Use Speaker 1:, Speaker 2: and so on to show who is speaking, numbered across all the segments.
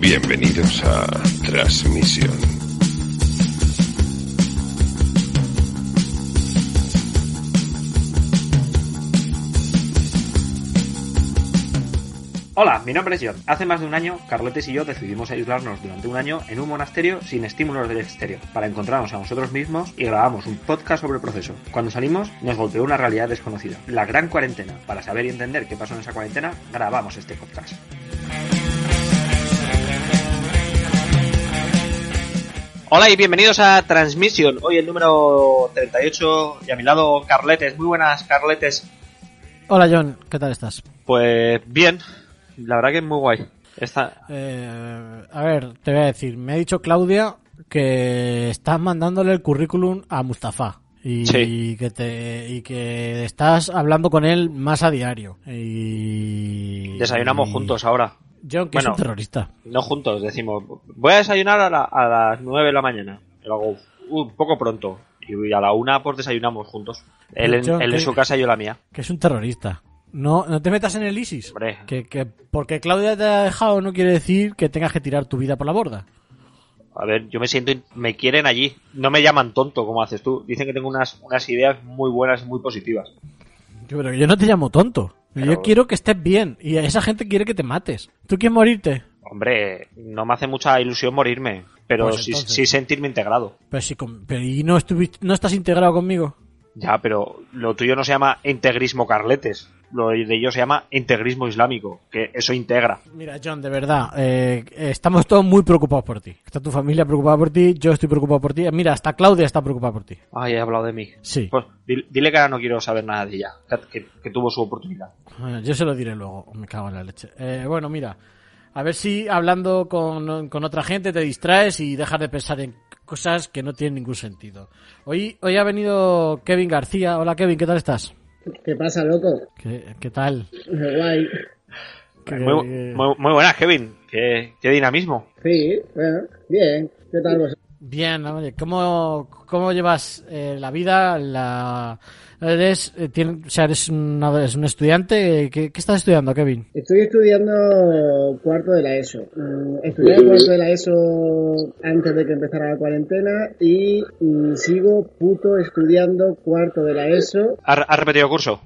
Speaker 1: Bienvenidos a Transmisión.
Speaker 2: Hola, mi nombre es John. Hace más de un año, Carletes y yo decidimos aislarnos durante un año en un monasterio sin estímulos del exterior, para encontrarnos a nosotros mismos y grabamos un podcast sobre el proceso. Cuando salimos, nos golpeó una realidad desconocida, la gran cuarentena. Para saber y entender qué pasó en esa cuarentena, grabamos este podcast. Hola y bienvenidos a Transmission. Hoy el número 38 y a mi lado Carletes. Muy buenas, Carletes.
Speaker 3: Hola John, ¿qué tal estás?
Speaker 2: Pues bien, la verdad que es muy guay. Está...
Speaker 3: Eh, a ver, te voy a decir, me ha dicho Claudia que estás mandándole el currículum a Mustafa y,
Speaker 2: Sí.
Speaker 3: que te y que estás hablando con él más a diario y
Speaker 2: Desayunamos
Speaker 3: y-
Speaker 2: juntos ahora.
Speaker 3: John, que
Speaker 2: Bueno.
Speaker 3: es un terrorista.
Speaker 2: No juntos, decimos, voy a desayunar a, la- a las 9 de la mañana. Y lo hago un poco pronto. Y a la una pues desayunamos juntos. Él, en,
Speaker 3: Yo,
Speaker 2: él en
Speaker 3: ¿qué?
Speaker 2: su casa y yo la mía.
Speaker 3: Que es un terrorista. No, no te metas en el ISIS.
Speaker 2: Hombre.
Speaker 3: Que, que porque Claudia te ha dejado no quiere decir que tengas que tirar tu vida por la borda.
Speaker 2: A ver, yo me siento, in- me quieren allí. No me llaman tonto como haces tú. Dicen que tengo unas, unas ideas muy buenas y muy positivas.
Speaker 3: Yo, pero yo no te llamo tonto.
Speaker 2: Pero-
Speaker 3: Yo quiero que estés bien y esa gente quiere que te mates. ¿Tú quieres morirte?
Speaker 2: Hombre, no me hace mucha ilusión morirme, pero
Speaker 3: Pues
Speaker 2: sí,
Speaker 3: entonces.
Speaker 2: sí sentirme integrado.
Speaker 3: Pero si con- pero y no estuviste, no estás integrado conmigo.
Speaker 2: Ya, pero lo tuyo no se llama integrismo carletes. Lo de ellos se llama integrismo islámico, que eso integra.
Speaker 3: Mira, John, de verdad, eh, estamos todos muy preocupados por ti. Está tu familia preocupada por ti, yo estoy preocupado por ti. Mira, hasta Claudia está preocupada por ti.
Speaker 2: Ay, he hablado de mí.
Speaker 3: Sí.
Speaker 2: Pues dile, dile que ahora no quiero saber nada de ella, que, que- que tuvo su oportunidad.
Speaker 3: Bueno, yo se lo diré luego. Me cago en la leche. Eh, bueno, mira, a ver si hablando con, con otra gente te distraes y dejas de pensar en cosas que no tienen ningún sentido. Hoy, hoy ha venido Kevin García. Hola, Kevin, ¿qué tal estás?
Speaker 4: ¿Qué pasa, loco?
Speaker 3: ¿Qué, qué tal?
Speaker 4: Guay.
Speaker 3: Que-
Speaker 2: Muy, muy, muy buenas, Kevin. Qué, qué dinamismo.
Speaker 4: Sí, bueno, bien. ¿Qué tal vos?
Speaker 3: Bien, oye, ¿cómo, cómo llevas eh, la vida? La, eres, eh, tien- o sea, eres un, eres un estudiante. eh, ¿Qué, qué estás estudiando, Kevin?
Speaker 4: Estoy estudiando cuarto de la ESO. Mm, Estudié cuarto de la ESO antes de que empezara la cuarentena y mm, sigo puto estudiando cuarto de la ESO
Speaker 2: ¿Has has repetido curso?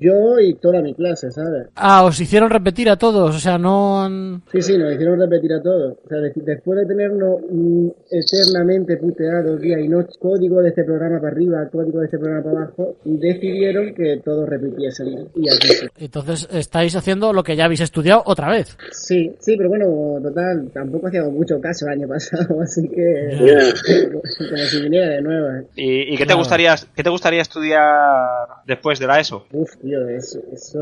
Speaker 4: yo y toda mi clase, ¿sabes?
Speaker 3: Ah, os hicieron repetir a todos, o sea, no han...
Speaker 4: Sí, sí, nos hicieron repetir a todos. O sea, de- después de tenernos mm, eternamente puteados día y noche, código de este programa para arriba, código de este programa para abajo, decidieron que todos repitiésemos. Y así se
Speaker 3: Entonces estáis haciendo lo que ya habéis estudiado otra vez.
Speaker 4: Sí, sí, pero bueno, total, tampoco hacíamos mucho caso el año pasado, así que como si viniera de nuevo.
Speaker 2: ¿Y, y qué, te
Speaker 3: Claro.
Speaker 2: gustaría, qué te gustaría estudiar después de la ESO?
Speaker 4: Uf, tío, eso, eso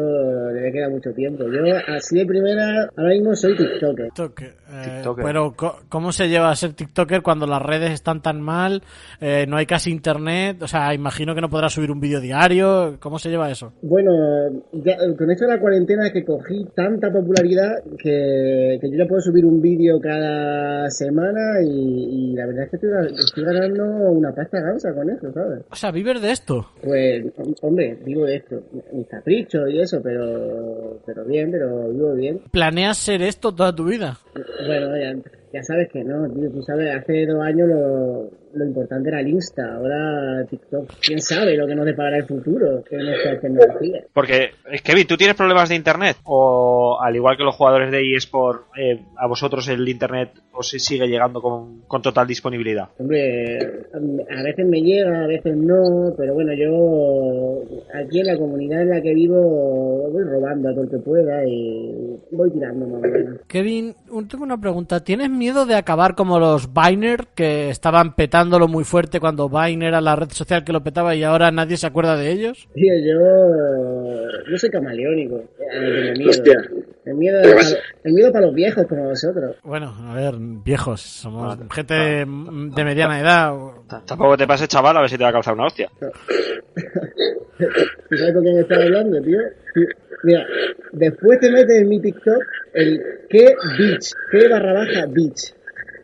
Speaker 4: le queda mucho tiempo. Yo, así de primera, ahora mismo soy TikToker.
Speaker 3: TikToker, eh,
Speaker 2: TikToker.
Speaker 3: Pero co- ¿cómo se lleva a ser TikToker cuando las redes están tan mal? Eh, no hay casi internet, o sea, imagino que no podrás subir un vídeo diario. ¿Cómo se lleva eso?
Speaker 4: Bueno, ya, con esto de la cuarentena es que cogí tanta popularidad que, que yo ya puedo subir un vídeo cada semana y, y la verdad es que estoy, estoy ganando una pasta gansa con eso, ¿sabes?
Speaker 3: O sea, viver de esto.
Speaker 4: Pues, hom- hombre, vivo de esto, mis caprichos y eso, pero, pero bien, pero vivo bien.
Speaker 3: ¿Planeas ser esto toda tu vida?
Speaker 4: Bueno, ya, ya sabes que no, tío. Tú sabes, hace dos años lo, lo importante era el Insta, ahora TikTok. ¿Quién sabe lo que nos depara el futuro que nuestra tecnología?
Speaker 2: Porque, eh, Kevin, ¿tú tienes problemas de internet? ¿O al igual que los jugadores de eSport, eh, a vosotros el internet os sigue llegando con, con total disponibilidad?
Speaker 4: Hombre, a veces me llega, a veces no, pero bueno, yo aquí en la comunidad en la que vivo voy robando a todo el que pueda y voy tirando más o menos.
Speaker 3: Kevin, un- tengo una pregunta. ¿Tienes miedo de acabar como los Viner que estaban petándolo muy fuerte cuando Viner era la red social que lo petaba y ahora nadie se acuerda de ellos?
Speaker 4: Tío, yo, yo soy camaleónico. a lo que me miedo.
Speaker 5: Hostia.
Speaker 4: El miedo, es pa- el miedo para los viejos como vosotros.
Speaker 3: Bueno, a ver, viejos, somos
Speaker 2: Vale.
Speaker 3: gente mm, de mediana edad. o-
Speaker 2: T- Tampoco te pases, chaval, a ver si te va a calzar una hostia.
Speaker 4: ¿Tú sabes con quién estás hablando, tío? Tú- Mira, después te metes en mi TikTok el que bitch, que barra baja bitch.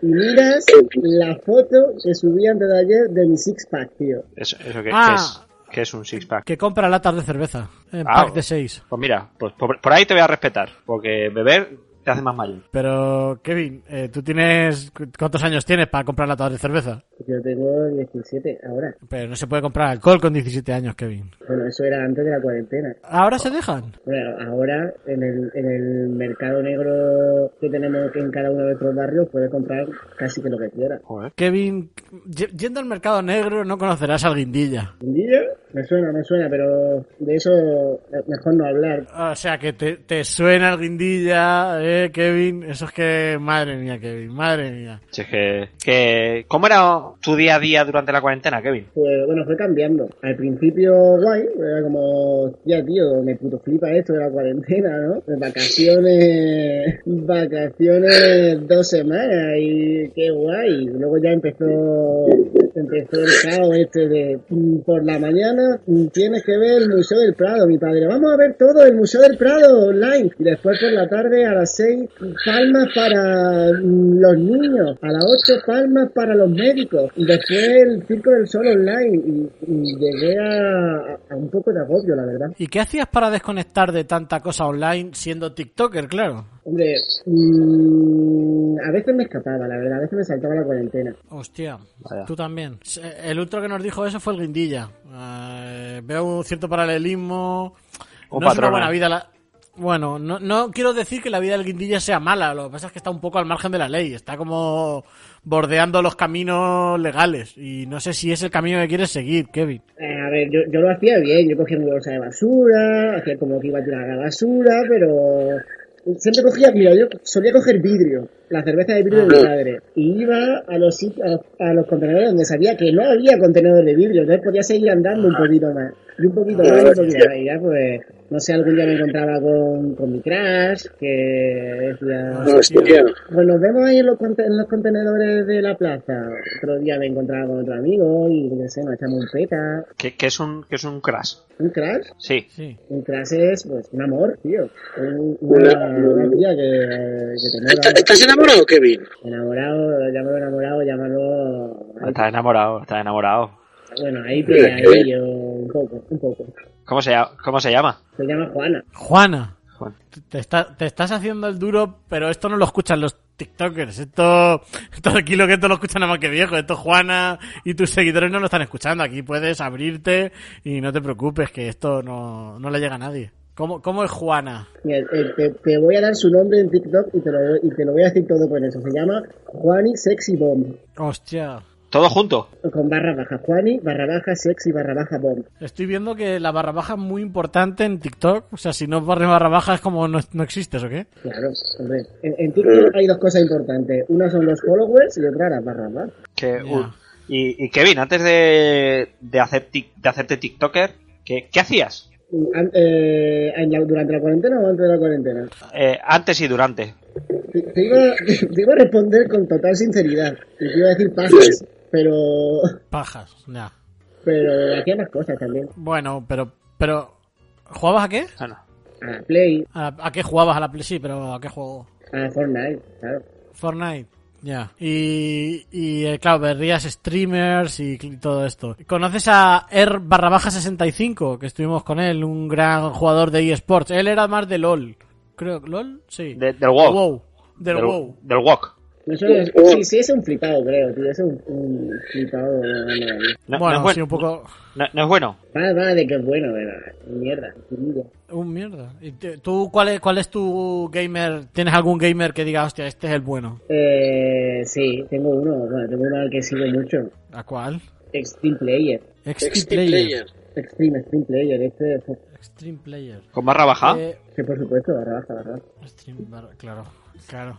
Speaker 4: Y miras la foto que subí antes de ayer de mi six pack, tío.
Speaker 2: Eso, eso que,
Speaker 3: Ah.
Speaker 2: que es, que es un six-pack.
Speaker 3: Que compra latas de cerveza en
Speaker 2: Ah,
Speaker 3: pack de 6.
Speaker 2: Pues mira, pues por, por ahí te voy a respetar, porque beber te hace más mayor.
Speaker 3: Pero, Kevin, eh, ¿tú tienes cu- cuántos años tienes para comprar latadas de cerveza?
Speaker 4: Yo tengo 17 ahora.
Speaker 3: Pero no se puede comprar alcohol con 17 años, Kevin.
Speaker 4: Bueno, eso era antes de la cuarentena.
Speaker 3: ¿Ahora se dejan?
Speaker 4: Bueno, ahora en el, en el mercado negro que tenemos en cada uno de nuestros barrios puedes comprar casi que lo que quieras.
Speaker 2: Joder.
Speaker 3: Kevin, y- yendo al mercado negro no conocerás al guindilla.
Speaker 4: ¿Guindilla? Me suena, me suena, pero de eso eh, mejor no hablar.
Speaker 3: O sea, que te, te suena el guindilla, eh, Kevin. Eso es que, madre mía, Kevin, madre mía.
Speaker 2: Si es que, que- ¿Cómo era tu día a día durante la cuarentena, Kevin?
Speaker 4: Pues bueno, fue cambiando. Al principio, guay, era como, ya tío, me puto flipa esto de la cuarentena, ¿no? De Vacaciones, vacaciones dos semanas y qué guay. Luego ya empezó, empezó el caos este de, mm, por la mañana mm, tienes que ver el Museo del Prado, mi padre, vamos a ver todo el Museo del Prado online. Y después por la tarde a las seis, palmas para mm, los niños, a las ocho, palmas para los médicos. Y después el Circo del Sol online y, y llegué a, a un poco de agobio, la verdad.
Speaker 3: ¿Y qué hacías para desconectar de tanta cosa online siendo TikToker, claro?
Speaker 4: Hombre, mm, a veces me escapaba, la verdad, a veces me saltaba la cuarentena.
Speaker 3: Hostia,
Speaker 2: Vaya.
Speaker 3: tú también. Se- El otro que nos dijo eso fue el Guindilla. Eh, veo un cierto
Speaker 2: Un
Speaker 3: paralelismo. no es una
Speaker 2: patrón,
Speaker 3: buena
Speaker 2: ¿eh?
Speaker 3: vida la... Bueno, no, no quiero decir que la vida del Guindilla sea mala, lo que pasa es que está un poco al margen de la ley, está como bordeando los caminos legales y no sé si es el camino que quieres seguir, Kevin.
Speaker 4: Eh, a ver, yo, yo lo hacía bien, yo cogía mi bolsa de basura, hacía como que iba a tirar la basura, pero siempre cogía, mira, yo solía coger vidrio, la cerveza de vidrio de mi padre, y iba a los sit- a, a los contenedores donde sabía que no había contenedor de vidrio, entonces podía seguir andando un poquito más, y un poquito más, y un poquito más, y ya pues, no sé, algún día me encontraba con, con mi crash, que decía,
Speaker 3: Hostia.
Speaker 4: pues nos vemos ahí en los, conte- en los contenedores de la plaza, otro día me encontraba con otro amigo, y yo qué sé, nos echamos un peta,
Speaker 2: Que, que es un, que es un crash.
Speaker 4: un crash,
Speaker 2: Sí.
Speaker 3: Sí.
Speaker 4: un crash es pues un amor, tío. Un- Una, una tía que, que te mola.
Speaker 5: ¿Estás, estás enamorado, Kevin?
Speaker 4: Enamorado, llámalo enamorado, llámalo.
Speaker 2: Estás enamorado, estás enamorado.
Speaker 4: Bueno, ahí te ahí yo un poco, un poco.
Speaker 2: ¿Cómo se, llama- cómo se llama?
Speaker 4: Se llama Juana.
Speaker 3: Juana,
Speaker 2: Juan.
Speaker 3: te, está- te estás haciendo el duro, pero esto no lo escuchan los TikTokers. Esto, esto aquí lo que esto lo escuchan nada más que viejo. Esto Juana y tus seguidores no lo están escuchando. Aquí puedes abrirte y no te preocupes, que esto no, no le llega a nadie. ¿Cómo, cómo es Juana?
Speaker 4: Mira, eh, te, te voy a dar su nombre en TikTok y te lo, voy- y te lo voy a decir todo con eso. Se llama Juani Sexy Bomb.
Speaker 3: Hostia.
Speaker 2: Todo junto.
Speaker 4: Con barra baja. Juani, barra baja, sexy, barra baja, bomb.
Speaker 3: Estoy viendo que la barra baja es muy importante en TikTok. O sea, si no barra barra baja es como no, no existes, ¿o qué?
Speaker 4: Claro, hombre. En, en TikTok hay dos cosas importantes. Una son los followers y otra las barra baja.
Speaker 2: Que,
Speaker 3: Ya.
Speaker 2: uh, y, y Kevin, antes de, de, hacer tic- de hacerte TikToker, ¿qué, qué hacías?
Speaker 4: An- eh, en la- ¿Durante la cuarentena o antes de la cuarentena?
Speaker 2: Eh, antes y durante.
Speaker 4: Te, te iba, te iba a responder con total sinceridad. Y te iba a decir pases, pero,
Speaker 3: Pajas, ya.
Speaker 4: pero hacía más cosas también.
Speaker 3: Bueno, pero, pero, ¿jugabas a qué?
Speaker 2: Ah, no.
Speaker 4: A Play,
Speaker 3: ¿A, a qué jugabas a la Play? Sí, pero ¿a qué juego?
Speaker 4: a Fortnite, claro.
Speaker 3: Fortnite. Ya. Y, y eh, claro, verías streamers y cl- todo esto. ¿Conoces a Er barra baja 65? Que estuvimos con él, un gran jugador de eSports. Él era más de LOL. Creo, ¿LOL? Sí.
Speaker 2: De- del WoW.
Speaker 3: Del, WoW.
Speaker 2: Del WoW.
Speaker 4: No suena- sí, sí, es un flipado, creo, tío. Es un, un flipado. no, no, no.
Speaker 2: No,
Speaker 3: bueno,
Speaker 2: no es bueno.
Speaker 3: sí, un poco...
Speaker 2: No, no es bueno.
Speaker 4: Va, va, de que es bueno, ¿verdad? Mierda, mierda.
Speaker 3: Un mierda. ¿Y te- tú cuál es, cuál es tu gamer? ¿Tienes algún gamer que diga, hostia, este es el bueno?
Speaker 4: Eh, sí, tengo uno, bueno, tengo uno al que sigo mucho.
Speaker 3: ¿A cuál?
Speaker 4: Extreme Player.
Speaker 3: Extreme
Speaker 5: Steam
Speaker 3: Player.
Speaker 4: Extreme, Extreme Player. Este,
Speaker 3: Extreme Player.
Speaker 2: Con barra baja.
Speaker 3: Eh,
Speaker 4: sí, por supuesto, barra baja, barra baja.
Speaker 3: Stream bar- claro, claro.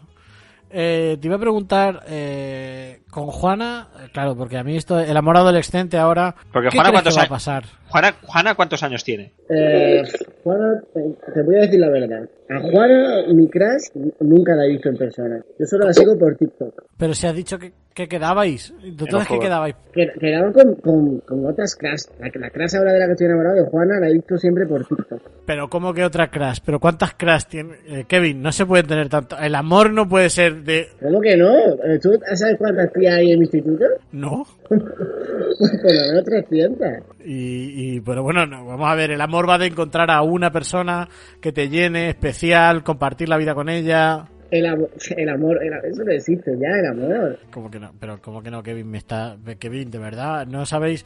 Speaker 3: Eh, te iba a preguntar eh, con Juana, eh, claro, porque a mí esto, el amor adolescente ahora,
Speaker 2: Porque
Speaker 3: ¿qué
Speaker 2: Juana,
Speaker 3: crees que
Speaker 2: ¿cuántos
Speaker 3: va a
Speaker 2: años?
Speaker 3: pasar?
Speaker 2: Juana, Juana, ¿cuántos años tiene?
Speaker 4: Eh, Juana, te te voy a decir la verdad. A Juana, mi crush, n- nunca la he visto en persona. Yo solo la sigo por TikTok.
Speaker 3: Pero se ha dicho que, que quedabais. Entonces, ¿qué
Speaker 2: juego.
Speaker 3: quedabais?
Speaker 4: Que- Quedaba con, con, con otras crush. La, la crush ahora de la que estoy enamorado de Juana la he visto siempre por TikTok.
Speaker 3: Pero ¿cómo que otra crash? ¿Pero cuántas crash tiene? Eh, Kevin, no se puede tener tanto. El amor no puede ser de...
Speaker 4: ¿Cómo que no? Eh, ¿Tú sabes cuántas tías hay en mi instituto?
Speaker 3: No.
Speaker 4: Pues por lo menos 300.
Speaker 3: Y, y- pero bueno, no, vamos a ver, el amor va de encontrar a una persona que te llene, especial, compartir la vida con ella.
Speaker 4: El, amo- el amor, el- eso no existe ya, el amor.
Speaker 3: Como que no, pero como que no, Kevin, me está. Kevin, de verdad, no sabéis.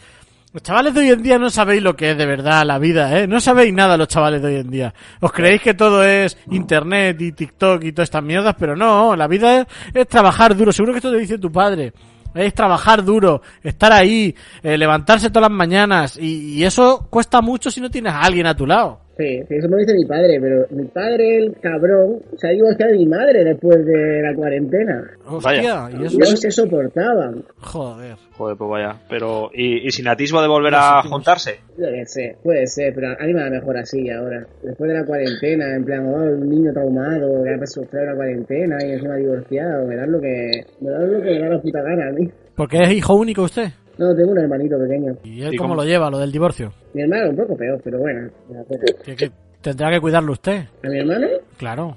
Speaker 3: Los chavales de hoy en día no sabéis lo que es de verdad la vida, ¿eh? No sabéis nada los chavales de hoy en día. Os creéis que todo es internet y TikTok y todas estas mierdas, pero no, la vida es, es trabajar duro. Seguro que esto te dice tu padre. Es trabajar duro, estar ahí, eh, levantarse todas las mañanas y- y eso cuesta mucho si no tienes a alguien a tu lado.
Speaker 4: Sí, sí, eso me lo dice mi padre, pero mi padre, el cabrón, se ha divorciado de mi madre después de la cuarentena.
Speaker 3: Hostia, y eso
Speaker 4: No se soportaban.
Speaker 3: Joder.
Speaker 2: Joder, pues vaya. Pero, ¿y, y sin atisbo de volver a juntarse?
Speaker 4: Yo qué sé, puede ser, pero a mí me da mejor así ahora. Después de la cuarentena, en plan, oh, un niño traumado que ha sufrido la cuarentena y encima divorciado, me da lo que me da, lo que me da la puta gana a mí.
Speaker 3: Porque es hijo único usted.
Speaker 4: No, tengo un hermanito pequeño.
Speaker 3: ¿Y él
Speaker 2: ¿Y
Speaker 3: cómo
Speaker 2: cómo?
Speaker 3: lo lleva, lo del divorcio?
Speaker 4: Mi hermano un poco peor, pero bueno. me da pena.
Speaker 3: Que, que tendrá que cuidarlo usted.
Speaker 4: ¿A mi hermano?
Speaker 3: Claro.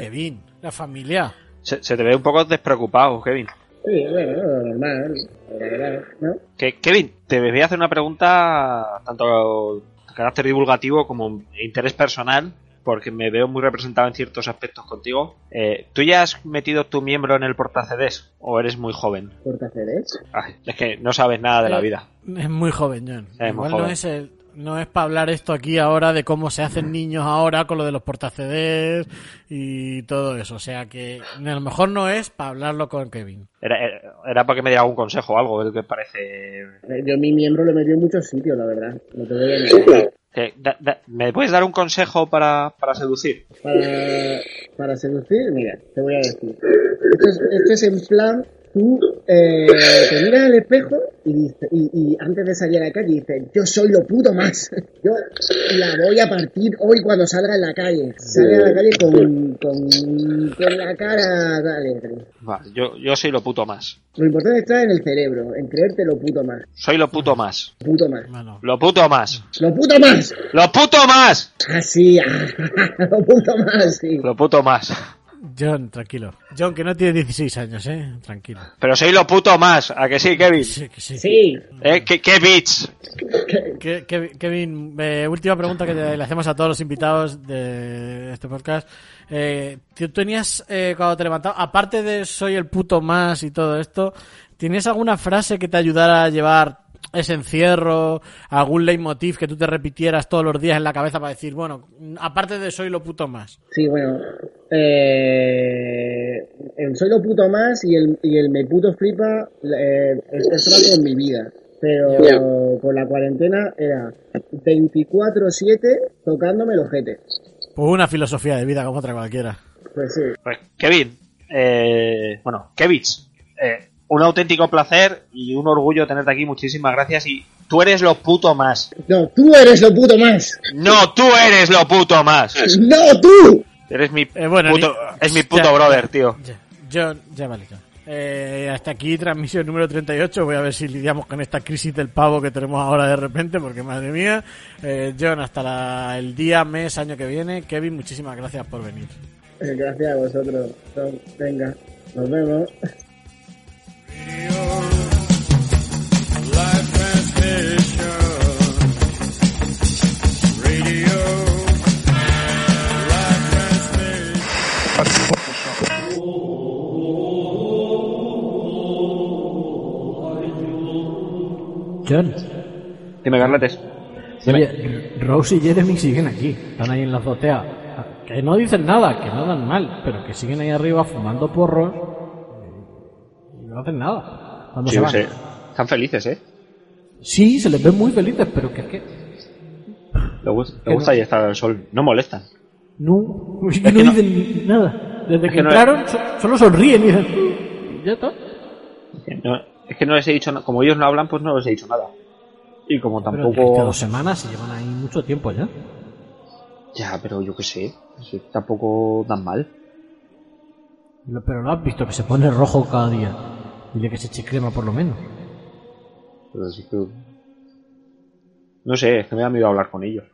Speaker 3: Kevin, la familia.
Speaker 2: Se, se te ve un poco despreocupado, Kevin.
Speaker 4: Sí, bueno, lo normal, la verdad, ¿no?
Speaker 2: Que, Kevin, te voy a hacer una pregunta tanto de carácter divulgativo como de interés personal, porque me veo muy representado en ciertos aspectos contigo. Eh, ¿Tú ya has metido tu miembro en el portacedes o eres muy joven?
Speaker 4: Portacedes.
Speaker 2: Ay, es que no sabes nada de la
Speaker 3: Eh,
Speaker 2: vida.
Speaker 3: Es muy joven, John.
Speaker 2: muy
Speaker 3: Igual no
Speaker 2: joven.
Speaker 3: es el- No es para hablar esto aquí ahora de cómo se hacen niños ahora con lo de los portacedés y todo eso. O sea que a lo mejor no es para hablarlo con Kevin.
Speaker 2: Era, era, era para que me diera algún consejo o algo, el que parece...
Speaker 4: Yo mi miembro lo he metido en muchos sitios, la verdad. No te voy a negar.
Speaker 2: que- da- da- ¿Me puedes dar un consejo para, para seducir?
Speaker 4: Para, para seducir, mira, te voy a decir. Esto es, esto es en plan, tú eh, te miras al espejo y, dices- y, y antes de salir a la calle dices, yo soy lo puto más. Yo la voy a partir hoy cuando salga en la calle. Sale a la calle con, con, con la cara alegre.
Speaker 2: Vale, yo, yo soy lo puto más.
Speaker 4: Lo importante está en el cerebro, en creerte lo puto más.
Speaker 2: Soy lo puto más.
Speaker 4: Puto más.
Speaker 3: Bueno,
Speaker 2: Lo puto más.
Speaker 4: Lo puto más.
Speaker 2: Lo puto más.
Speaker 4: Así, lo puto más, sí.
Speaker 2: Lo puto más.
Speaker 3: John, tranquilo. John, que no tiene 16 años, ¿eh? Tranquilo.
Speaker 2: Pero soy lo puto más. ¿A que sí, Kevin?
Speaker 3: Sí, que sí.
Speaker 4: Sí,
Speaker 2: ¿Eh? ¿Qué, qué bitch?
Speaker 3: Ke- Ke- Kevin, eh, última pregunta que le hacemos a todos los invitados de este podcast. Eh, ¿Tú tenías, eh, cuando te levantabas, aparte de soy el puto más y todo esto, ¿tienes alguna frase que te ayudara a llevar ese encierro, algún leitmotiv que tú te repitieras todos los días en la cabeza para decir, bueno, aparte de soy lo puto más?
Speaker 4: sí, bueno. Eh, el soy lo puto más y el, y el me puto flipa eh, es- eso va con mi vida. Pero con la cuarentena era 24-7 tocándome los jetes.
Speaker 3: Pues una filosofía de vida como otra cualquiera.
Speaker 4: Pues sí.
Speaker 2: Pues, Kevin. Eh, bueno, Kevin. Eh, un auténtico placer y un orgullo tenerte aquí. Muchísimas gracias. Y tú eres lo puto más.
Speaker 4: No, tú eres lo puto más.
Speaker 2: No, tú eres lo puto más.
Speaker 4: No, tú.
Speaker 2: Eres mi
Speaker 3: Eh, bueno,
Speaker 2: puto,
Speaker 3: ni-
Speaker 2: es mi puto
Speaker 3: ya.
Speaker 2: brother, tío.
Speaker 3: Ya, John, ya vale. ya. Eh, hasta aquí transmisión número 38. Voy a ver si lidiamos con esta crisis del pavo que tenemos ahora de repente, porque madre mía. Eh, John, hasta la- el día, mes, año que viene. Kevin, muchísimas gracias por venir.
Speaker 4: Eh, Gracias a vosotros. Tom. Venga, nos vemos.
Speaker 5: John,
Speaker 2: Dime, Carletes.
Speaker 5: oye, Rose y Jeremy siguen aquí, están ahí en la azotea. Que no dicen nada, que no dan mal, pero que siguen ahí arriba fumando porros y no hacen nada. Cuando
Speaker 2: Sí,
Speaker 5: se van.
Speaker 2: sí. Están felices, ¿eh?
Speaker 5: Sí, se les ve muy felices, pero que es que
Speaker 2: Le gus- le gusta y estar al sol. No molestan.
Speaker 5: no, es que no, dicen nada. Desde que,
Speaker 2: que no-
Speaker 5: entraron, so- solo sonríen y dicen, ya está.
Speaker 2: No- es que no les he dicho na- Como ellos no hablan, pues no les he dicho nada. Y como
Speaker 5: Pero desde hace
Speaker 2: tampoco.
Speaker 5: dos semanas y llevan ahí mucho tiempo ya.
Speaker 2: Ya, pero yo qué sé. Sí, Tampoco dan mal.
Speaker 5: Lo- Pero lo has visto, que se pone rojo cada día. Dile que se eche crema por lo menos.
Speaker 2: Pero sí que- No sé, es que me da miedo hablar con ellos.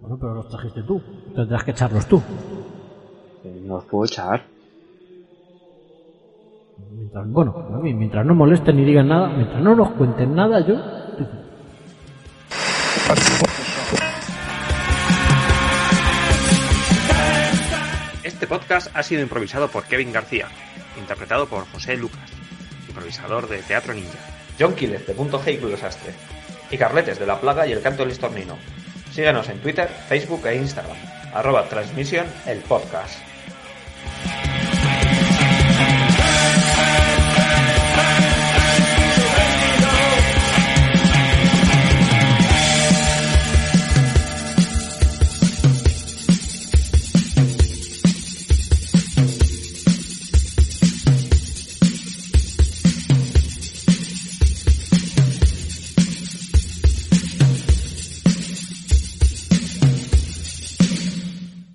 Speaker 5: Bueno, pero los trajiste tú. Tendrás que echarlos tú.
Speaker 2: Eh, No los puedo echar.
Speaker 3: Mientras, bueno, a mí, mientras no molesten ni digan nada, mientras no nos cuenten nada, yo.
Speaker 6: Este podcast ha sido improvisado por Kevin García, interpretado por José Lucas, improvisador de Teatro Ninja. John Quiles de Punto G y Club Desastre. Y Carletes de La Plaga y El Canto del Estornino. Síguenos en Twitter, Facebook e Instagram. Arroba Transmisión el Podcast.